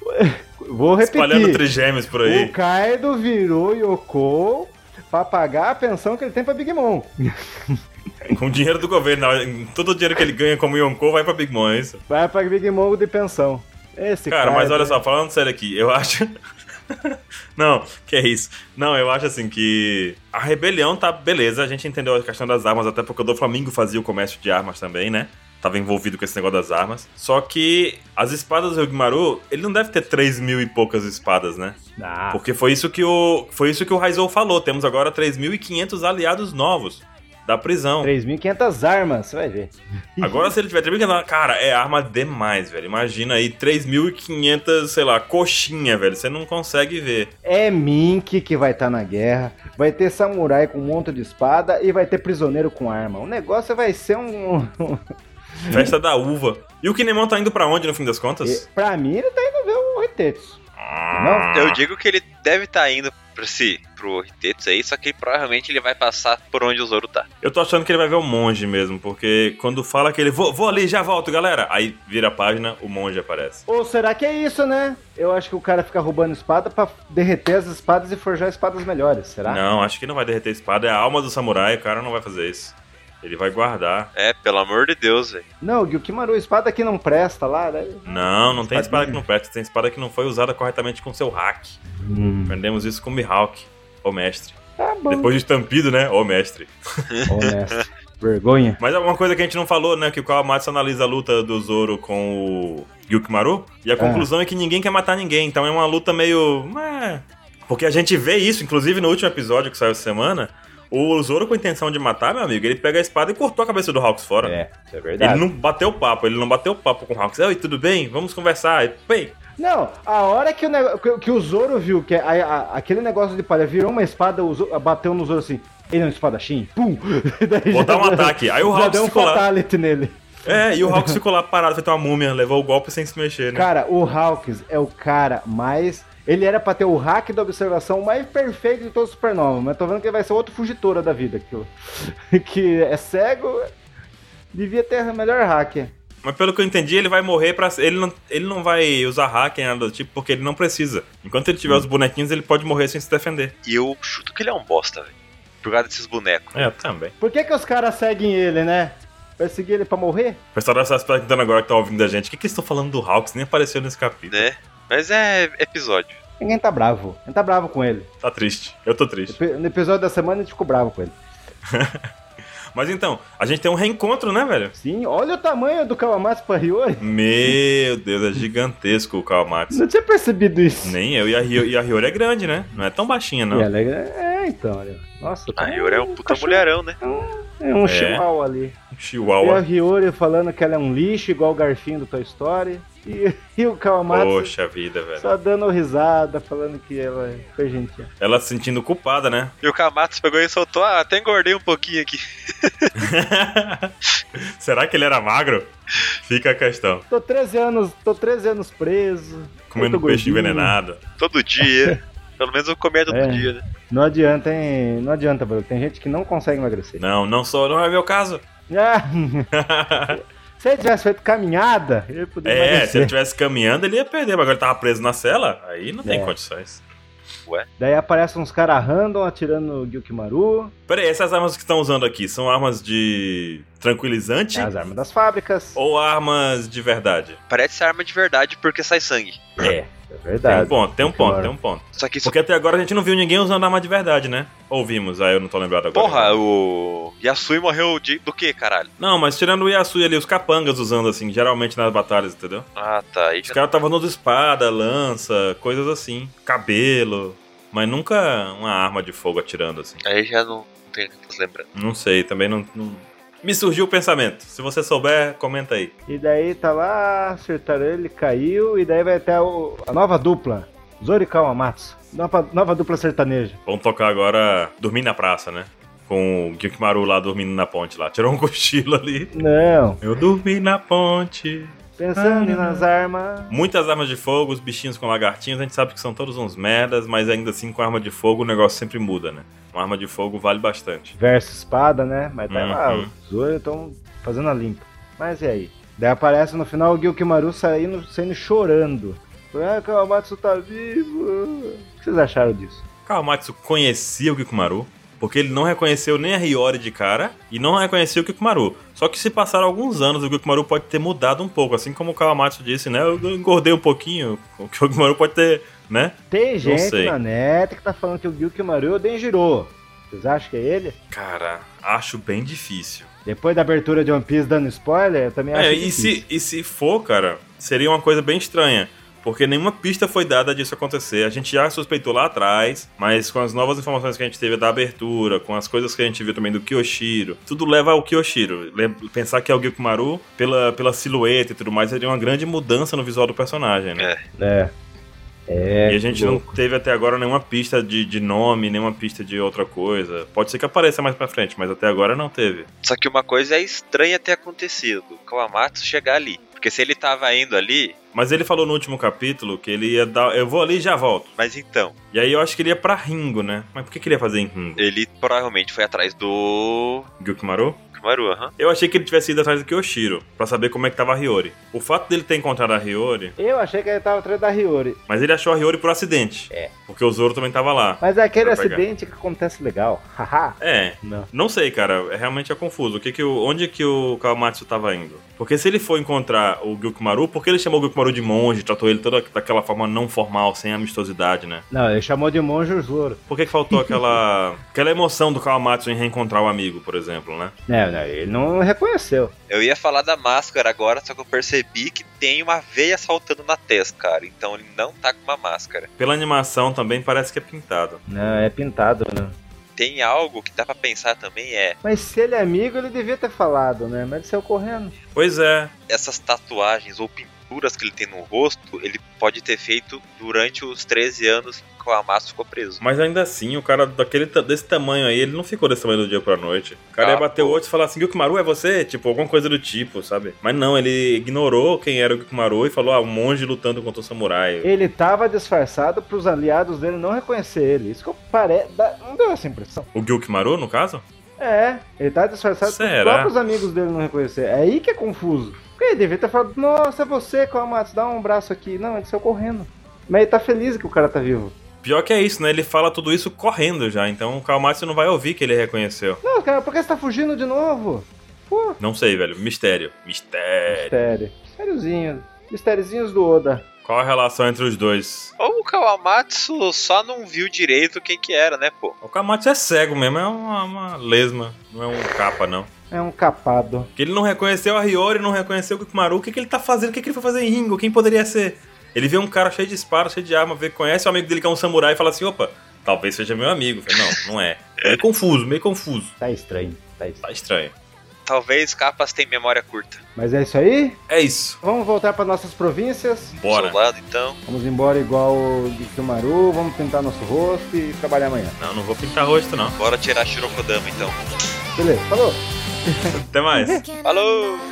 Vou
Espalhando
repetir.
trigêmeos por
O
aí.
Kaido virou Yoko pra pagar a pensão que ele tem pra Big Mom.
Com o dinheiro do governo. na- Todo o dinheiro que ele ganha como Yonkou vai pra Big Mom, é isso?
Vai pra Big Mom de pensão. Esse
Cara, mas
Kaido-
olha só, falando sério aqui, eu acho. Não, que é isso. Não, eu acho assim que a rebelião tá beleza, a gente entendeu a questão das armas, até porque o do Flamengo fazia o comércio de armas também, né? Tava envolvido com esse negócio das armas. Só que as espadas do Ryugimaru, ele não deve ter 3 mil e poucas espadas, né?
Ah,
Porque foi isso que o foi isso que o Raizou falou. Temos agora 3.500 aliados novos da prisão.
3.500 armas, você vai ver.
Agora, se ele tiver 3.500, cara, é arma demais, velho. Imagina aí, 3.500, sei lá, coxinha, velho. Você não consegue ver.
É Mink que vai estar na guerra, vai ter samurai com um monte de espada e vai ter prisioneiro com arma. O negócio vai ser um.
Festa da uva. E o Kinemon tá indo pra onde, no fim das contas? Ah,
pra mim, ele tá indo ver o Ritetsu. Não?
Eu digo que ele deve estar indo pra si, pro Ritetsu aí, só que provavelmente ele vai passar por onde o Zoro tá.
Eu tô achando que ele vai ver o monge mesmo, porque quando fala que ele... Vou, vou ali, já volto, galera. Aí vira a página, o monge aparece.
Ou será que é isso, né? Eu acho que o cara fica roubando espada pra derreter as espadas e forjar espadas melhores, será?
Não, acho que não vai derreter a espada. É a alma do samurai, o cara não vai fazer isso. Ele vai guardar.
É, pelo amor de Deus, velho.
Não, o Kimaru, espada que não presta lá, né?
Não, não tem espada que não presta. Tem espada que não foi usada corretamente com seu hack. Aprendemos isso com o Mihawk, o mestre.
Tá bom.
Depois de estampido, né? Ô, mestre.
Honesto. Vergonha.
Mas é uma coisa que a gente não falou, né? Que o Kawamatsu analisa a luta do Zoro com o Yukimaru. E a conclusão é que ninguém quer matar ninguém. Então é uma luta meio... "Mé". Porque a gente vê isso, inclusive no último episódio que saiu essa semana. O Zoro com a intenção de matar, meu amigo, ele pega a espada e cortou a cabeça do Hawks fora.
É, isso é
Ele
verdade.
não bateu papo, ele não bateu papo com o Hawks. Oi, tudo bem? Vamos conversar. E, Bem,
Não, a hora que o, nego- que- que o Zoro viu que a- a- aquele negócio de palha virou uma espada, o Zoro- bateu no Zoro assim, ele é um espadachim, pum! E daí
Vou
já
dar um
deu-
ataque. Aí o
Já
Hawks
deu um
ficou lá.
fatality nele.
É, e o Hawks ficou lá parado, feito uma múmia, levou o golpe sem se mexer, né?
Cara, o Hawks é o cara mais... Ele era pra ter o hack da observação mais perfeito de todos os supernovas, mas tô vendo que ele vai ser outro fugitora da vida. Que, o- que é cego, devia ter o melhor hack.
Mas pelo que eu entendi, ele vai morrer pra. Ele não, ele não vai usar hack nem nada do tipo, porque ele não precisa. Enquanto ele tiver os bonequinhos, ele pode morrer sem se defender.
E eu chuto que ele é um bosta, velho. Por causa desses bonecos.
É, também.
Por que que os caras seguem ele, né? Vai seguir ele pra morrer?
O pessoal deve estar se perguntando agora que tá ouvindo a gente. O que, que eles estão falando do Hawks? Nem apareceu nesse capítulo.
Né? Mas é episódio.
Ninguém tá bravo. Ninguém tá bravo com ele.
Tá triste. Eu tô triste.
Epi- No episódio da semana a gente ficou bravo com ele.
Mas então, a gente tem um reencontro, né, velho?
Sim, olha o tamanho do Kawamatsu pra Hiyori.
Meu Deus, é gigantesco o Kawamatsu.
Não tinha percebido isso.
Nem eu. E a, Rio, e a Hiyori é grande, né? Não é tão baixinha, não.
E ela é, é, então, olha. Nossa,
A
tá-
Yuri é um puta
cachorro.
mulherão, né?
É um
É.
chihuahua ali. E a
Chihuahua.
Hiyori falando que ela é um lixo, igual o garfinho do Toy Story. E, e o Kawamatsu
Poxa vida, velho.
só dando risada, falando que ela é foi gentil.
Ela se sentindo culpada, né?
E o Kamatsu pegou e soltou, ah, até engordei um pouquinho aqui.
Será que ele era magro? Fica a questão.
Tô 13 anos, tô 13 anos preso.
Comendo
muito
peixe
gordinho.
envenenado.
Todo dia. Pelo menos eu comia todo
É.
dia, né?
Não adianta, hein? Não adianta, Bruno. Tem gente que não consegue emagrecer.
Não, não sou, não é meu caso.
Ah, se ele tivesse feito caminhada, ele poderia
é, se
emagrecer.
ele tivesse caminhando, ele ia perder, mas agora ele tava preso na cela, aí não tem
É.
condições.
Daí aparecem uns caras random atirando o Gyukimaru.
Pera aí, essas armas que estão usando aqui são armas de tranquilizante
É as armas das fábricas.
ou armas de verdade?
Parece ser arma de verdade porque sai sangue.
É,
É
tem
verdade.
um ponto, tem um ponto,
Claro.
tem um ponto.
Só que isso.
Porque até agora a gente não viu ninguém usando arma de verdade, né? Ouvimos, aí eu não tô lembrado agora.
é Porra, o Yasui morreu de... do que, caralho?
Não, mas tirando o Yasui ali, os capangas usando assim, geralmente nas batalhas, entendeu?
Ah, tá. Aí
Os
já-
caras estavam usando espada, lança, coisas assim, cabelo, mas nunca uma arma de fogo atirando assim.
Aí já não tenho tantas lembranças.
Não sei, também não, não- Me surgiu o pensamento. Se você souber, comenta aí.
E daí tá lá, acertaram ele, caiu. E daí vai até o- a nova dupla. Zori Kawamatsu. Nova, nova dupla sertaneja.
Vamos tocar agora Dormir na Praça, né? Com o Gyukimaru lá dormindo na ponte lá. Tirou um cochilo ali.
Não.
Eu dormi na ponte. Ah.
Pensando nas armas.
Muitas armas de fogo, os bichinhos com lagartinhos, a gente sabe que são todos uns merdas, mas ainda assim com arma de fogo o negócio sempre muda, né? Uma arma de fogo vale bastante.
versus espada, né? Mas tá lá,
Uhum.
os Zoro estão fazendo a limpa. Mas e aí? Daí aparece no final o Gyukimaru saindo, saindo chorando. Ah, Kawamatsu tá vivo. O que vocês acharam disso?
Kawamatsu conhecia o Kikumaru, porque ele não reconheceu nem a Hiyori de cara e não reconhecia o Kikumaru. Só que se passaram alguns anos, o Kikumaru pode ter mudado um pouco, assim como o Kawamatsu disse, né? Eu engordei um pouquinho, o Kikumaru pode ter, né?
Tem gente
sei.
na net que tá falando que o Gyukimaru é o Denjiro. Vocês acham que é ele?
Cara, acho bem difícil.
Depois da abertura de One Piece dando spoiler, eu também acho
É, e
difícil.
se, e se for, cara, seria uma coisa bem estranha. Porque nenhuma pista foi dada disso acontecer. A gente já suspeitou lá atrás, mas com as novas informações que a gente teve da abertura, com as coisas que a gente viu também do Kyoshiro, tudo leva ao Kyoshiro. Lem- Pensar que é o Gekumaru, pela, pela silhueta e tudo mais, seria uma grande mudança no visual do personagem, né?
É. É,
e a gente não teve até agora nenhuma pista de, de nome, nenhuma pista de outra coisa. Pode ser que apareça mais pra frente, mas até agora não teve.
Só que uma coisa é estranha ter acontecido. O Kawamatsu chegar ali. Porque se ele tava indo ali.
Mas ele falou no último capítulo que ele ia dar. Eu vou ali e já volto.
Mas então,
E aí eu acho que ele ia pra Ringo, né? Mas por que, que ele ia fazer em Ringo?
ele provavelmente foi atrás do.
Gyukimaru?
Kumaru, aham.
Eu achei que ele tivesse ido atrás do Kyoshiro, pra saber como é que tava a Hiyori. O fato dele ter encontrado a Hiyori,
Eu achei que ele tava atrás da Hiyori.
mas ele achou a Hiyori por acidente.
É.
Porque o Zoro também tava lá.
Mas é aquele
Vou pegar.
acidente que acontece legal. Haha.
É.
não.
Não sei, cara, é, realmente é confuso. O que que o, onde que o Kawamatsu tava indo? Porque se ele for encontrar o Gyukimaru, por que ele chamou o Gyukimaru de monge, tratou ele toda daquela forma não formal, sem amistosidade, né?
Não, ele chamou de monge o Zoro.
Por que, que faltou aquela aquela emoção do Kawamatsu em reencontrar o amigo, por exemplo, né?
Não, não, ele não reconheceu.
Eu ia falar da máscara agora, só que eu percebi que tem uma veia saltando na testa, cara. Então ele não tá com uma máscara.
Pela animação também parece que é pintado.
Não, é pintado, né?
Tem algo que dá pra pensar também é
Mas se ele é amigo, ele devia ter falado, né? Mas ele saiu correndo.
Pois é.
essas tatuagens ou pinturas que ele tem no rosto, ele pode ter feito durante os 13 anos que o Amasso ficou preso.
Mas ainda assim, o cara daquele, ta- desse tamanho aí, ele não ficou desse tamanho do dia pra noite. O cara ia
Ah,
bater o
pô.
outro e falar assim, Gyukimaru é você? Tipo, alguma coisa do tipo, sabe? Mas não, ele ignorou quem era o Gyukimaru e falou, ah, um monge lutando contra o samurai.
Ele tava disfarçado pros aliados dele não reconhecer ele. Isso que eu pare... dá- Não deu essa impressão.
O Gyukimaru, no caso?
É, ele tava disfarçado pros
Será?
próprios amigos dele não reconhecer. É aí que é confuso. Porque ele devia ter falado, nossa, é você, Kawamatsu, dá um braço aqui. Não, ele saiu correndo. Mas ele tá feliz que o cara tá vivo.
Pior que é isso, né? Ele fala tudo isso correndo já, então o Kawamatsu não vai ouvir que ele reconheceu.
Não, cara, por que você tá fugindo de novo? Pô,
Não sei, velho. Mistério. Mistério.
mistério. Mistériozinho. Mistériozinhos do Oda.
Qual a relação entre os dois?
Ou o Kawamatsu só não viu direito quem que era, né, pô?
O Kawamatsu é cego mesmo, é uma, uma lesma. Não é um capa, não.
É um capado.
Que ele não reconheceu a Hiyori, não reconheceu o Kikumaru. O que, que ele tá fazendo? O que, que ele foi fazer em Ringo? Quem poderia ser? Ele vê um cara cheio de espada, cheio de arma, vê, conhece o amigo dele que é um samurai e fala assim: opa, talvez seja meu amigo. Eu falei, não, não é. Meio confuso, meio confuso.
Tá estranho, tá estranho.
Tá estranho.
Talvez capas tem memória curta.
Mas é isso aí?
É isso.
Vamos voltar para nossas províncias.
Bora.
Isolado, então.
Vamos embora igual o de Kimaru, vamos pintar nosso rosto e trabalhar amanhã.
Não, não vou pintar rosto, não.
Bora tirar Shirokudama, então.
Beleza, falou!
Até mais.
Falou!